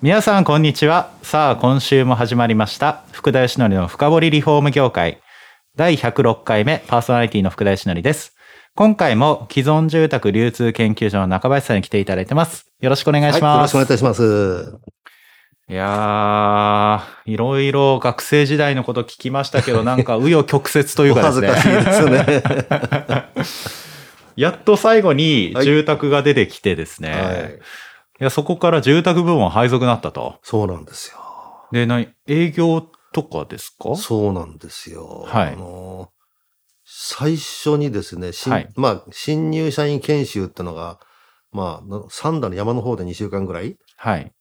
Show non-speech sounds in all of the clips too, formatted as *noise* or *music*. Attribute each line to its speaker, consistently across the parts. Speaker 1: 皆さんこんにちはさあ今週も始まりました福田義則の深掘りリフォーム業界第106回目パーソナリティの福田義則です今回も既存住宅流通研究所の中林さんに来ていただいてますよろしくお願いし
Speaker 2: はい、よろ
Speaker 1: ま
Speaker 2: し
Speaker 1: す、
Speaker 2: くお願いいたします。
Speaker 1: いやーいろいろ学生時代のこと聞きましたけ
Speaker 2: *laughs*
Speaker 1: どなんか紆余曲折という
Speaker 2: お
Speaker 1: かで
Speaker 2: 恥
Speaker 1: す
Speaker 2: ず
Speaker 1: ね
Speaker 2: かしいです
Speaker 1: *laughs*
Speaker 2: ね。
Speaker 1: やっと最後に
Speaker 2: はい
Speaker 1: 住宅が出てきてですね、
Speaker 2: はい
Speaker 1: い、やそこから住宅部門配属になったと
Speaker 2: そうなんですよ。
Speaker 1: でな営業とかですか
Speaker 2: そうなんですよ。
Speaker 1: はい
Speaker 2: あの最初にですね、新
Speaker 1: はい
Speaker 2: まあ、新入社員研修ってのが、まあ、三段の山の方で2週間ぐらい
Speaker 1: はい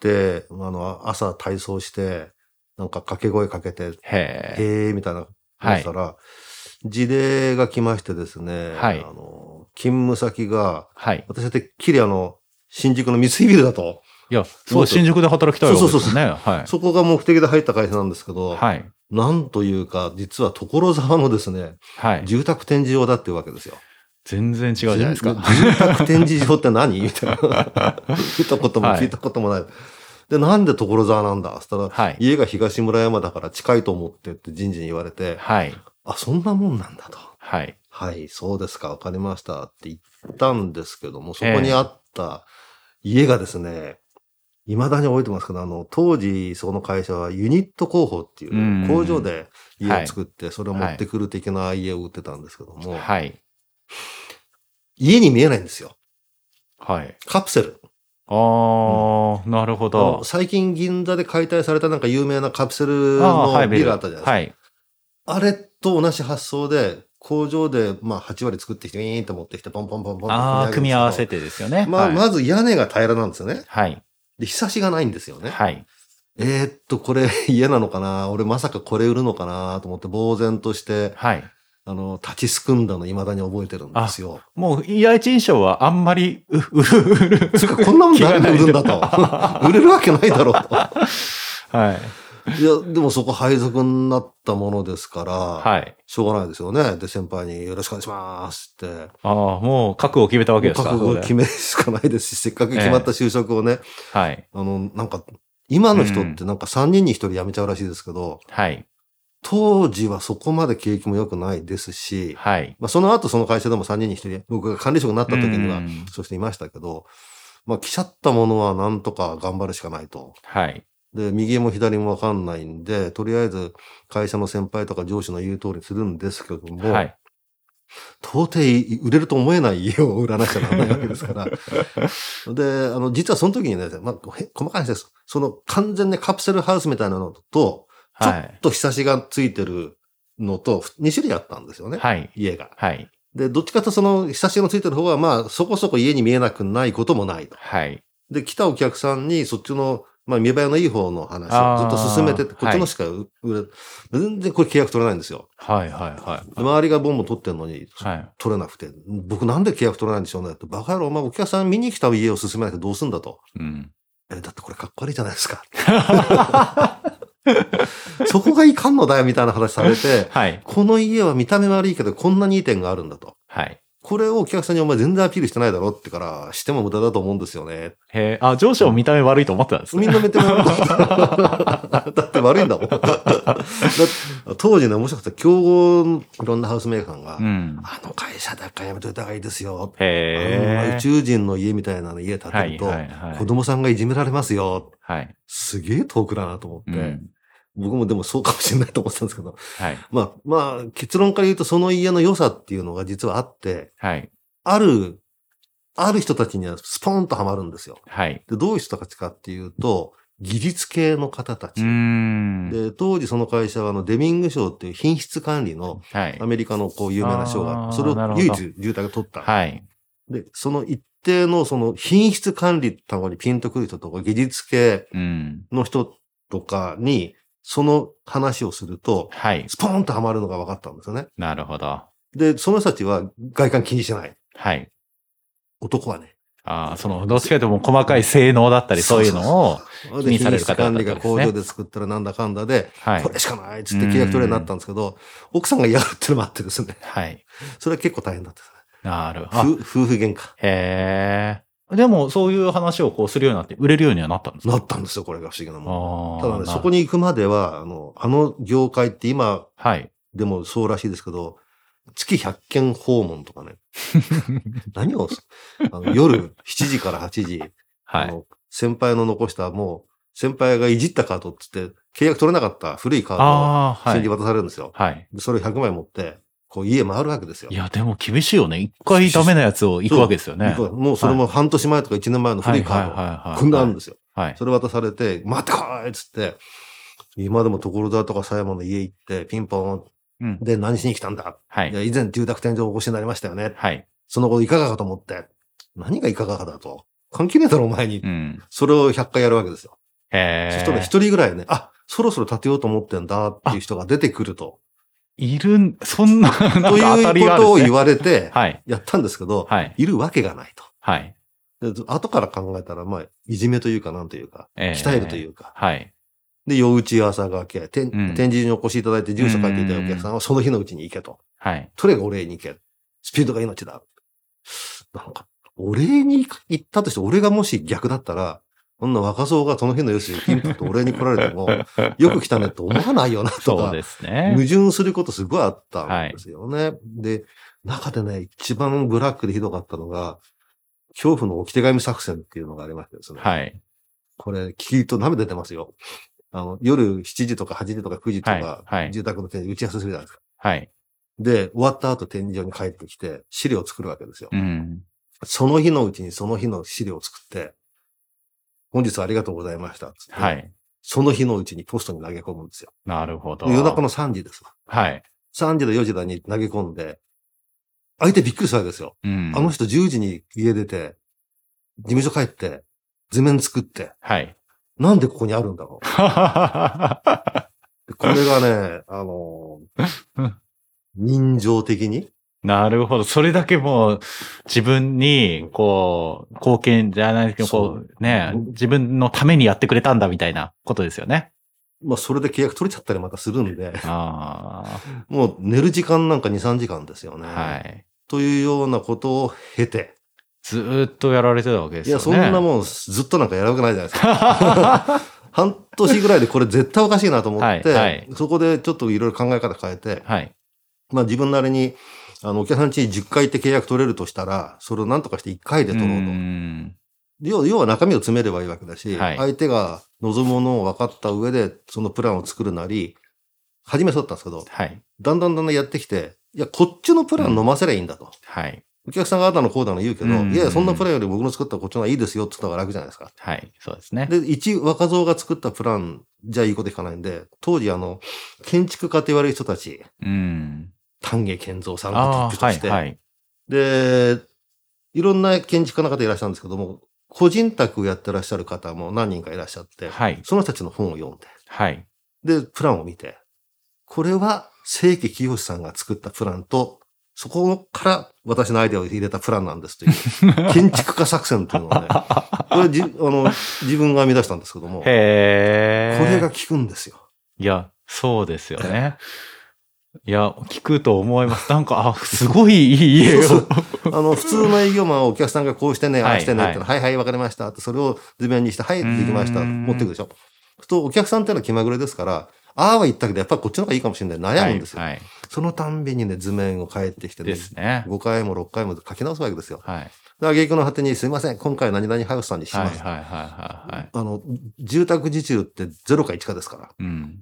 Speaker 2: で、あの、朝体操して、なんか掛け声かけて、
Speaker 1: へえ
Speaker 2: へーみたいな、
Speaker 1: はい
Speaker 2: したら、事例が来ましてですね、
Speaker 1: はい
Speaker 2: あの勤務先が、
Speaker 1: はい
Speaker 2: 私はてっきりあの、新宿の三井ビルだと、
Speaker 1: いや、そう、
Speaker 2: そう
Speaker 1: 新宿で働きたいわけです
Speaker 2: そ
Speaker 1: ね。
Speaker 2: うそうそう
Speaker 1: はい。
Speaker 2: そこが目的で入った会社なんですけど、
Speaker 1: はい。
Speaker 2: なんというか、実は所沢のですね、
Speaker 1: はい。
Speaker 2: 住宅展示場だっていうわけですよ。
Speaker 1: 全然違うじゃないですか。
Speaker 2: *laughs* 住宅展示場って何みたいな。 *laughs* 聞いたことも
Speaker 1: はい
Speaker 2: 聞いたこともない。で、なんで所沢なんだそしたら、
Speaker 1: はい
Speaker 2: 家が東村山だから近いと思ってって人事に言われて、
Speaker 1: はい。
Speaker 2: あ、そんなもんなんだと。
Speaker 1: はい。
Speaker 2: はい、そうですか、わかりましたって言ったんですけども、そこにあった家がですね、未だに覚えてますけど、あの、当時、その会社はユニット工法って
Speaker 1: うん
Speaker 2: いう工場で家
Speaker 1: は
Speaker 2: を
Speaker 1: い
Speaker 2: 作って、それを持ってくる的な家を売ってたんですけども、
Speaker 1: はい。
Speaker 2: 家に見えないんですよ。
Speaker 1: はい。
Speaker 2: カプセル。
Speaker 1: あー、なるほ
Speaker 2: あの
Speaker 1: ど。
Speaker 2: 最近銀座で解体されたなんか有名なカプセル
Speaker 1: あーは
Speaker 2: の
Speaker 1: い
Speaker 2: ビルあったじゃないですか。
Speaker 1: はい。
Speaker 2: あれと同じ発想で、工場で、まあ、8割作ってきて、ウィーンと持ってきて、ポンポンポンポンと
Speaker 1: あー、組み合わせ
Speaker 2: て。
Speaker 1: てですよね。
Speaker 2: まあ、
Speaker 1: はい
Speaker 2: まず屋根が平らなんですよね。
Speaker 1: はい。
Speaker 2: で、ひさしがないんですよね。
Speaker 1: はい。
Speaker 2: えーっと、これ家なのかな俺まさかこれ売るのかなと思って、呆然として、
Speaker 1: はい。
Speaker 2: あの、立ちすくんだの未だに覚えてるんですよ。
Speaker 1: もう、第一印象はあんまり、う、
Speaker 2: *laughs*
Speaker 1: うる、うる。
Speaker 2: つうか、こんなもん
Speaker 1: 気が
Speaker 2: 誰
Speaker 1: な
Speaker 2: が
Speaker 1: い
Speaker 2: 売るんだ
Speaker 1: *laughs*
Speaker 2: と。 *laughs* 売れるわけないだろうと。
Speaker 1: はい。
Speaker 2: いや、でもそこ配属になったものですから、
Speaker 1: はい。
Speaker 2: しょうがないですよね。で、先輩によろしくお願いしますって。
Speaker 1: あー、もう、覚悟を決めたわけですか。
Speaker 2: 覚悟を
Speaker 1: ここで
Speaker 2: 決めるしかないですし、せっかく決まった就職をね、
Speaker 1: はい。
Speaker 2: あの、なんか、今の人ってなんか3人に1人辞めちゃうらしいですけど、
Speaker 1: はい。
Speaker 2: 当時はそこまで景気も良くないですし、
Speaker 1: はい。
Speaker 2: まあ、その後その会社でも3人に1人、僕が管理職になった時に
Speaker 1: う
Speaker 2: は
Speaker 1: ん、
Speaker 2: そうしていましたけど、まあ、来ちゃったものはなんとか頑張るしかないと。
Speaker 1: はい。
Speaker 2: で、右も左もわかんないんで、とりあえず会社の先輩とか上司の言う通りするんですけども、
Speaker 1: はい。
Speaker 2: 到底売れると思えない家を売らなきゃならないわけですから。 *laughs* で、あの、実はその時にね、まあ、へ細かい話です。その完全にカプセルハウスみたいなのと、ちょ
Speaker 1: は
Speaker 2: っ
Speaker 1: い。
Speaker 2: とひさしがついてるのと、2種類あったんですよね。
Speaker 1: はい。
Speaker 2: 家が。
Speaker 1: はい。
Speaker 2: で、どっちかというとそのひさしがついてる方は、まあ、そこそこ家に見えなくないこともないと。
Speaker 1: はい。
Speaker 2: で、来たお客さんに、そっちの、まあ、見栄えのいい方の話
Speaker 1: あ
Speaker 2: を
Speaker 1: ー
Speaker 2: ずっと進めてって、こっち
Speaker 1: は
Speaker 2: の
Speaker 1: い
Speaker 2: しか売れ、全然これ契約取れないんですよ。
Speaker 1: はい。は
Speaker 2: で周りがボンボン取ってるのに、
Speaker 1: い。はい。
Speaker 2: 取れなくて、僕なんで契約取れないんでしょうねって、バカ野郎、お前お客さん見に来た家を進めなきゃどうすんだと。
Speaker 1: うん。
Speaker 2: え、だってこれかっこ悪いじゃな
Speaker 1: *laughs*
Speaker 2: いですか。そこがいかんのだよ、みたいな話されて、
Speaker 1: *laughs* はい。
Speaker 2: この家は見た目悪いけど、こんなにいい点があるんだと。
Speaker 1: はい。
Speaker 2: これをお客さんにお前全然アピールしてないだろってから、しても無駄だと思うんですよね。
Speaker 1: へえ、あ、上司も見た目悪いと思ってたんですね。
Speaker 2: みんな
Speaker 1: *laughs*
Speaker 2: 見てもらうだって悪いんだもん。だって当時ね、面白かった。競合のいろんなハウスメーカーが、
Speaker 1: うん。
Speaker 2: あの会社だからやめといた方がいいですよ。あんな
Speaker 1: へえ。
Speaker 2: 宇宙人の家みたいなの家建て
Speaker 1: はい
Speaker 2: ると、
Speaker 1: はいはい
Speaker 2: 子供さんがいじめられますよ。
Speaker 1: はい。
Speaker 2: すげえ遠くだなと思って、
Speaker 1: うん
Speaker 2: 僕もでもそうかもしれないと思ってたんですけど、
Speaker 1: はい。
Speaker 2: まあ、まあ、結論から言うとその家の良さっていうのが実はあって、
Speaker 1: はい。
Speaker 2: ある、ある人たちにはスポンとはまるんですよ。
Speaker 1: はい。
Speaker 2: で、どういう人たちかっていうと、技術系の方た
Speaker 1: う
Speaker 2: ち。
Speaker 1: ーん。
Speaker 2: で、当時その会社はあのデミング賞っていう品質管理の
Speaker 1: はい
Speaker 2: ア。メリカのこう有名な賞があって、それ
Speaker 1: あーなる
Speaker 2: を
Speaker 1: ほど
Speaker 2: 唯一住宅が取った。
Speaker 1: はい。
Speaker 2: で、その一定のその品質管理って単語にピンとくる人とか技術系
Speaker 1: うん。
Speaker 2: の人とかに、その話をすると、
Speaker 1: はい。
Speaker 2: スポーンとハマるのが分かったんですよね。
Speaker 1: なるほど。
Speaker 2: で、その人たちは外観気にしてない。
Speaker 1: はい。
Speaker 2: 男はね。
Speaker 1: ああ、その、どっちかというともう細かい性能だったり、そういうのを、
Speaker 2: を
Speaker 1: 気にされる方だった
Speaker 2: 管
Speaker 1: んで
Speaker 2: 理
Speaker 1: すね
Speaker 2: が工場で作ったらなんだかんだで、
Speaker 1: はい
Speaker 2: こ。れしかないっつって契約取れになったんですけど、奥さんが嫌がってるのもあってですね。
Speaker 1: はい。
Speaker 2: それは結構大変だったですね。
Speaker 1: なるほ
Speaker 2: 夫
Speaker 1: ど。
Speaker 2: 夫婦喧嘩。
Speaker 1: へえ。でも、そういう話をこうするようになって、売れるようにはなったんですか
Speaker 2: なったんですよ、これが不思議なも
Speaker 1: あ
Speaker 2: ん。
Speaker 1: あ。
Speaker 2: ただね、そ
Speaker 1: に。
Speaker 2: こに行くまでは、あの、あの業界って今
Speaker 1: はい。
Speaker 2: でもそうらしいですけど、月100件訪問とか
Speaker 1: *laughs*
Speaker 2: ね。何をす、あの夜7時から8時、
Speaker 1: は
Speaker 2: あ
Speaker 1: い。
Speaker 2: の先輩の残したもう、先輩がいじったカードっつって、契約取れなかった古いカードを
Speaker 1: ああ、は
Speaker 2: 先に
Speaker 1: い。
Speaker 2: 渡されるんですよ。
Speaker 1: はい。
Speaker 2: でそれを100枚持って、こう家回るわけですよ
Speaker 1: い。や、でも厳しいよね。一回ダメなやつを行くわけですよね。
Speaker 2: そうもうそれも半年前とか1年前の古いカ
Speaker 1: はい
Speaker 2: ー
Speaker 1: はいはい
Speaker 2: ド、
Speaker 1: はい
Speaker 2: 組んであるんですよ。
Speaker 1: はい。
Speaker 2: それ渡されて、待ってこいっつって、今でも所沢とか狭山の家行って、ピンポン
Speaker 1: うん。
Speaker 2: で何しに来たんだ。
Speaker 1: はいい。
Speaker 2: や、以前住宅天井をお越しになりましたよね。
Speaker 1: はい。
Speaker 2: その後いかがかと思って、何がいかがかだと。関係ねえだろ、お前に
Speaker 1: う。ん。
Speaker 2: それを100回やるわけですよ。
Speaker 1: へえ。
Speaker 2: そしたら一人ぐらいね、あ、そろそろ建てようと思ってんだっていう人が出てくると。
Speaker 1: いるん、そんな、なんか
Speaker 2: と
Speaker 1: 当た
Speaker 2: い
Speaker 1: り
Speaker 2: う
Speaker 1: が
Speaker 2: こ
Speaker 1: ある
Speaker 2: と
Speaker 1: ん
Speaker 2: を
Speaker 1: ですね
Speaker 2: 言われて、
Speaker 1: はい。
Speaker 2: やったんですけど、
Speaker 1: はい。
Speaker 2: いるわけがない
Speaker 1: はい。
Speaker 2: と。で後から考えたら、まあ、いじめというか、なんというか、
Speaker 1: ええ
Speaker 2: 鍛えるというか。
Speaker 1: はい。
Speaker 2: で、夜打ち朝がけ、てん
Speaker 1: うん
Speaker 2: 展示にお越しいただいて住所書いていただいたお客さんはその日のうちに行けと。
Speaker 1: はい。
Speaker 2: とれがお礼に行け。スピードが命だ。なんか、お礼に行ったとして、俺がもし逆だったら、こんな若造がその日の夜市でピンポンとお礼に来られ
Speaker 1: *laughs*
Speaker 2: ても、よく来たねって思わないよなと
Speaker 1: そう
Speaker 2: か、
Speaker 1: です
Speaker 2: 矛
Speaker 1: ね。
Speaker 2: 盾することすごいあったんですよね。で、中でね、一番ブラックでひどかったのが、恐怖の置き手紙作戦っていうのがありましてですね。
Speaker 1: はい。
Speaker 2: これ、聞くと涙出ますよ。あの、夜7時とか8時とか9時とか、
Speaker 1: はいはい
Speaker 2: 住宅の展示打ち合わせするじゃないですか。
Speaker 1: はい。
Speaker 2: で、終わった後展示場に帰ってきて、資料を作るわけですよ。
Speaker 1: うん。
Speaker 2: その日のうちにその日の資料を作って、本日はありがとうございましたっつって
Speaker 1: はい。
Speaker 2: その日のうちにポストに投げ込むんですよ。
Speaker 1: なるほど。
Speaker 2: で夜中の3時ですわ。
Speaker 1: はい。
Speaker 2: 3時だ4時だに投げ込んで、相手びっくりしたわけですよ。
Speaker 1: うん。
Speaker 2: あの人10時に家出て、事務所帰って、図面作って、
Speaker 1: はい。
Speaker 2: *laughs* なんでここにあるんだろう。でこれ
Speaker 1: *laughs*
Speaker 2: がね、あのー人情的に
Speaker 1: なるほど。それだけもう、自分に、こう、貢献じゃないけど、こう、ね、自分のためにやってくれたんだみたいなことですよね。
Speaker 2: まあ、それで契約取れちゃったりまたするんで、
Speaker 1: あ
Speaker 2: もう寝る時間なんか2、3時間ですよ
Speaker 1: あ。
Speaker 2: ね。
Speaker 1: はい。
Speaker 2: というようなことを経て、
Speaker 1: ずーっとやられてたわけです
Speaker 2: い
Speaker 1: よ
Speaker 2: や、
Speaker 1: ね。
Speaker 2: そんな
Speaker 1: *laughs*
Speaker 2: もんずっとなんかやるわけないじゃないですか。半年ぐらいでこれ絶対おかしいなと思って、
Speaker 1: はいはい
Speaker 2: そこでちょっといろいろ考え方変えて、
Speaker 1: はい。
Speaker 2: まあ自分なりに、あの、お客さん家に10回って契約取れるとしたら、それを何とかして1回で取ろうと。
Speaker 1: ん。
Speaker 2: 要要は中身を詰めればいいわけだし、
Speaker 1: はい
Speaker 2: 相手が望むものを分かった上で、そのプランを作るなり、初めそうだったんですけど、
Speaker 1: はい。
Speaker 2: だんだんだんだんやってきて、いや、こっちのプラン飲ませりゃいいんだと。
Speaker 1: はい。
Speaker 2: お客さんがあなたのこうだの言うけど、
Speaker 1: うん
Speaker 2: いやいや、そんなプランより僕の作ったこっちの方がいいですよって言った方が楽じゃないですか。
Speaker 1: はい。そうですね。
Speaker 2: で、一若造が作ったプランじゃいいこと聞かないんで、当時あの、建築家と言われる人たち、
Speaker 1: うん。
Speaker 2: 丹下健三さん
Speaker 1: あ
Speaker 2: が
Speaker 1: あ
Speaker 2: トップ
Speaker 1: ー、は
Speaker 2: と
Speaker 1: い。
Speaker 2: して、
Speaker 1: はい。
Speaker 2: で、いろんな建築家の方いらっしゃるんですけども、個人宅をやってらっしゃる方も何人かいらっしゃって、
Speaker 1: はい。
Speaker 2: その人たちの本を読ん
Speaker 1: はい。
Speaker 2: で、で、プランを見て、これは正規清さんが作ったプランと、そこから私のアイデアを入れたプランなんですという。
Speaker 1: *laughs*
Speaker 2: 建築家作戦というのはね、これじあの自分が編み出したんですけども、こ
Speaker 1: へえ。
Speaker 2: れが効くんですよ。
Speaker 1: いや、そうですよ
Speaker 2: *laughs*
Speaker 1: ね。いや、聞くと思います。なんか、あ、すごいいい家を。
Speaker 2: そうそうあの普通の営業マンはお客さんがこうしてね、
Speaker 1: はい
Speaker 2: ああしてねっての、はいはい、わかりましたって、それを図面にして、はい、
Speaker 1: ーん
Speaker 2: できました、持っていくでしょ。と、お客さんっていうのは気まぐれですから、ああは言ったけど、やっぱりこっちの方がいいかもしれない。
Speaker 1: は
Speaker 2: 悩むん
Speaker 1: い、
Speaker 2: ですよ。
Speaker 1: はい。
Speaker 2: そのたんびにね、図面を変えてきてね、
Speaker 1: ですね。
Speaker 2: 5回も6回も書き直すわけですよ。
Speaker 1: はい。
Speaker 2: で、挙句の果てに、すいません、今回は何々ハウスさんにし
Speaker 1: はい、
Speaker 2: ま
Speaker 1: はい、
Speaker 2: す。
Speaker 1: はい、はいはい。
Speaker 2: あの、住宅自治って0か1かですから。
Speaker 1: うん。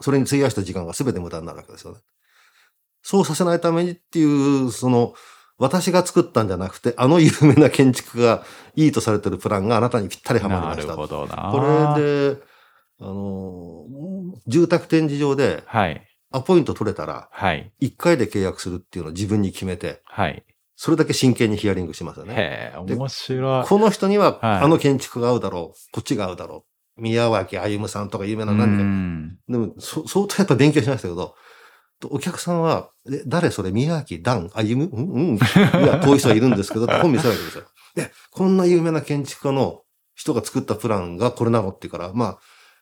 Speaker 2: それに費やした時間が全て無駄になるわけですよね。そうさせないためにっていう、その、私が作ったんじゃなくて、あの有名な建築がいいとされてるプランがあなたにぴったりはま
Speaker 1: な
Speaker 2: りま
Speaker 1: る
Speaker 2: した。
Speaker 1: ほ
Speaker 2: こ
Speaker 1: どな。で。
Speaker 2: れで、あの、住宅展示場で
Speaker 1: はい、
Speaker 2: アポイント取れたら、
Speaker 1: はい、
Speaker 2: 1回で契約するっていうのを自分に決めて、
Speaker 1: はい。
Speaker 2: それだけ真剣にヒアリングしますよね。
Speaker 1: へえ、面白い。
Speaker 2: この人には、
Speaker 1: はい
Speaker 2: あの建築が合うだろう、こっちが合うだろ宮脇歩さんとか有名な
Speaker 1: う
Speaker 2: 何か、
Speaker 1: ん
Speaker 2: でもそ、相当やっぱ勉強しましたけど、とお客さんは、え、誰それ宮脇段歩むうんうん。いや、こういう人がいるんですけど、って本見せられてるんですよ。で、こんな有名な建築家の人が作ったプランがこれなのって言うから、まあ、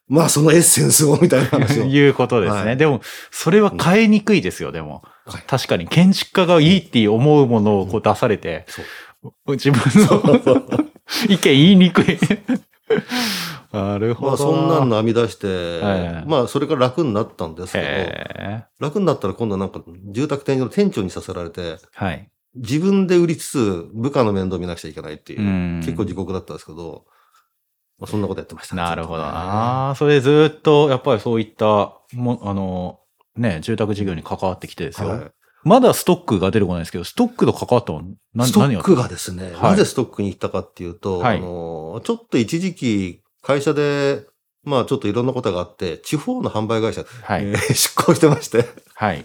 Speaker 2: まあそのエッセンスをみたいな話を。
Speaker 1: いうことですね。
Speaker 2: はい
Speaker 1: でも、それは変えにくいですよ、でも
Speaker 2: はい。
Speaker 1: 確かに、建築家がいいって思うものをこう出されて、
Speaker 2: そう
Speaker 1: 自分の意見言いにくい。 *laughs* なる
Speaker 2: ま
Speaker 1: ほ
Speaker 2: あそ
Speaker 1: ど。
Speaker 2: んなん
Speaker 1: の。
Speaker 2: の編み出して、
Speaker 1: ええ
Speaker 2: まあそれから楽になったんですけ
Speaker 1: へえ。
Speaker 2: ど、楽になったら今度なんか住宅店の店長にさせられて、
Speaker 1: はい。
Speaker 2: 自分で売りつつ部下の面倒見なくちゃいけないっていう、
Speaker 1: うん
Speaker 2: 結構地獄だったんですけど、まあそんなことやってました。
Speaker 1: なるほど
Speaker 2: は
Speaker 1: な。それでずっと、やっぱりそういった、もあの、ね、住宅事業に関わってきてですよ。
Speaker 2: い
Speaker 1: まだストックが出てこないですけど、ストックと関わったのな
Speaker 2: スト
Speaker 1: 何
Speaker 2: ッ
Speaker 1: を
Speaker 2: クがですね、
Speaker 1: はい
Speaker 2: なぜストックに行ったかっていうと、
Speaker 1: はい
Speaker 2: あのちょっと一時期会社で、まあちょっといろんなことがあって、地方の販売会社、
Speaker 1: は
Speaker 2: え
Speaker 1: い。
Speaker 2: ー *laughs* 出向してまして、
Speaker 1: はい。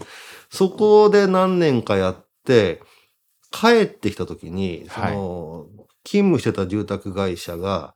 Speaker 2: そこで何年かやって、帰ってきた時に、その、勤務してた住宅会社が、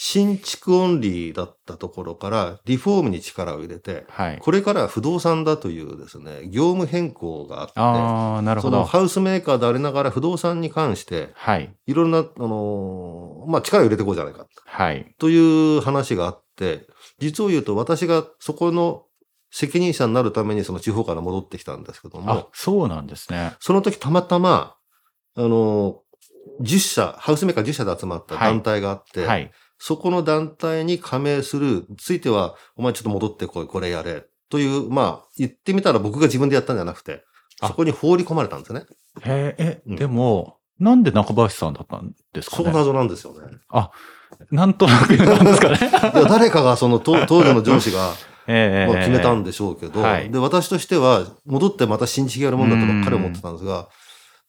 Speaker 2: 新築オンリーだったところから、リフォームに力を入れて、
Speaker 1: はい。
Speaker 2: これからは不動産だというですね、業務変更があって、
Speaker 1: ああ、なるほ
Speaker 2: その
Speaker 1: ど。
Speaker 2: ハウスメーカーでありながら不動産に関して、
Speaker 1: はい。
Speaker 2: いろんな、あのーまあ、力を入れていこうじゃないか。
Speaker 1: はい。
Speaker 2: という話があって、実を言うと私がそこの責任者になるためにその地方から戻ってきたんですけど
Speaker 1: あ
Speaker 2: も、、
Speaker 1: そうなんですね。
Speaker 2: その時たまたま、あのー、10社、ハウスメーカー10社で集まった団体があって、
Speaker 1: はい。
Speaker 2: そこの団体に加盟する、ついては、お前ちょっと戻ってこい、これやれ。という、まあ、言ってみたら僕が自分でやったんじゃなくて、
Speaker 1: あ
Speaker 2: そこに放り込まれたんですね。
Speaker 1: へえ、
Speaker 2: う
Speaker 1: え、
Speaker 2: ん
Speaker 1: でも、なんで中林さんだったんですか
Speaker 2: そ
Speaker 1: ね
Speaker 2: う謎なんですよね。
Speaker 1: なんとなく言ったんですか
Speaker 2: *laughs*
Speaker 1: ね。
Speaker 2: いや誰かがそ
Speaker 1: *laughs*
Speaker 2: の当当時の上司が、
Speaker 1: ええ
Speaker 2: まあ、決めた
Speaker 1: ん
Speaker 2: んでしょうけど、
Speaker 1: はい
Speaker 2: で、私としては、戻ってまた新築やるもんだとばっかり思ってたんですが、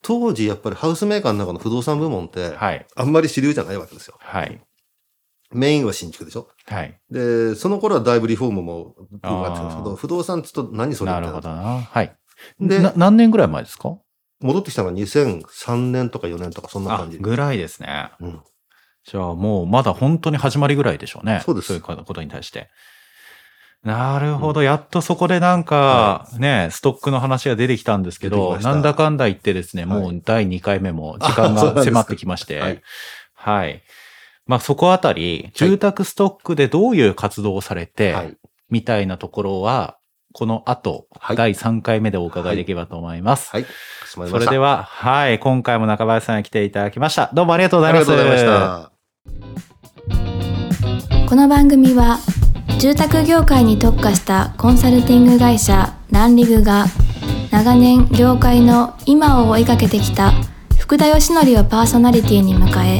Speaker 2: 当時やっぱりハウスメーカーの中の不動産部門って、
Speaker 1: はい。
Speaker 2: あんまり主流じゃないわけですよ。
Speaker 1: はい。
Speaker 2: メインは新築でしょ
Speaker 1: はい。
Speaker 2: で、その頃はだいぶリフォームもあったんですけ
Speaker 1: あ
Speaker 2: ど、
Speaker 1: ー
Speaker 2: 不動産ちょっと何それみ
Speaker 1: な
Speaker 2: たい
Speaker 1: るほ
Speaker 2: な
Speaker 1: どな。はい。
Speaker 2: で
Speaker 1: な何年ぐらい前ですか
Speaker 2: 戻ってきたのが2003年とか4年とかそんな
Speaker 1: あ
Speaker 2: 感、じ。
Speaker 1: ぐらいですね。
Speaker 2: うん
Speaker 1: じゃあもうまだ本当に始まりぐらいでしょうね。
Speaker 2: そうです
Speaker 1: そういうことに対して。なるほど。やっとそこでなんか、ね、ストックの話が出てきたんですけ
Speaker 2: 出てき
Speaker 1: ど、
Speaker 2: ました
Speaker 1: なんだかんだ言ってですね、
Speaker 2: はい
Speaker 1: もう第2回目も時間
Speaker 2: あそうなん
Speaker 1: が
Speaker 2: ですか
Speaker 1: 迫ってきまして、は
Speaker 2: はいい、
Speaker 1: まあそこあたり、住宅ストックでどういう活動をされて、
Speaker 2: はい。
Speaker 1: みたいなところは、この後、
Speaker 2: はい
Speaker 1: 第3回目でお伺いできればと思います。
Speaker 2: はい。かしこまり
Speaker 1: そ
Speaker 2: まし
Speaker 1: れ
Speaker 2: た
Speaker 1: では、はい、今回も中林さんに来ていただきました。どうもありがとうござ
Speaker 2: あ
Speaker 1: い
Speaker 2: り
Speaker 1: ます。
Speaker 2: がとうございました。
Speaker 3: この番組は住宅業界に特化したコンサルティング会社ランリグが長年業界の今を追いかけてきた福田義則をパーソナリティに迎え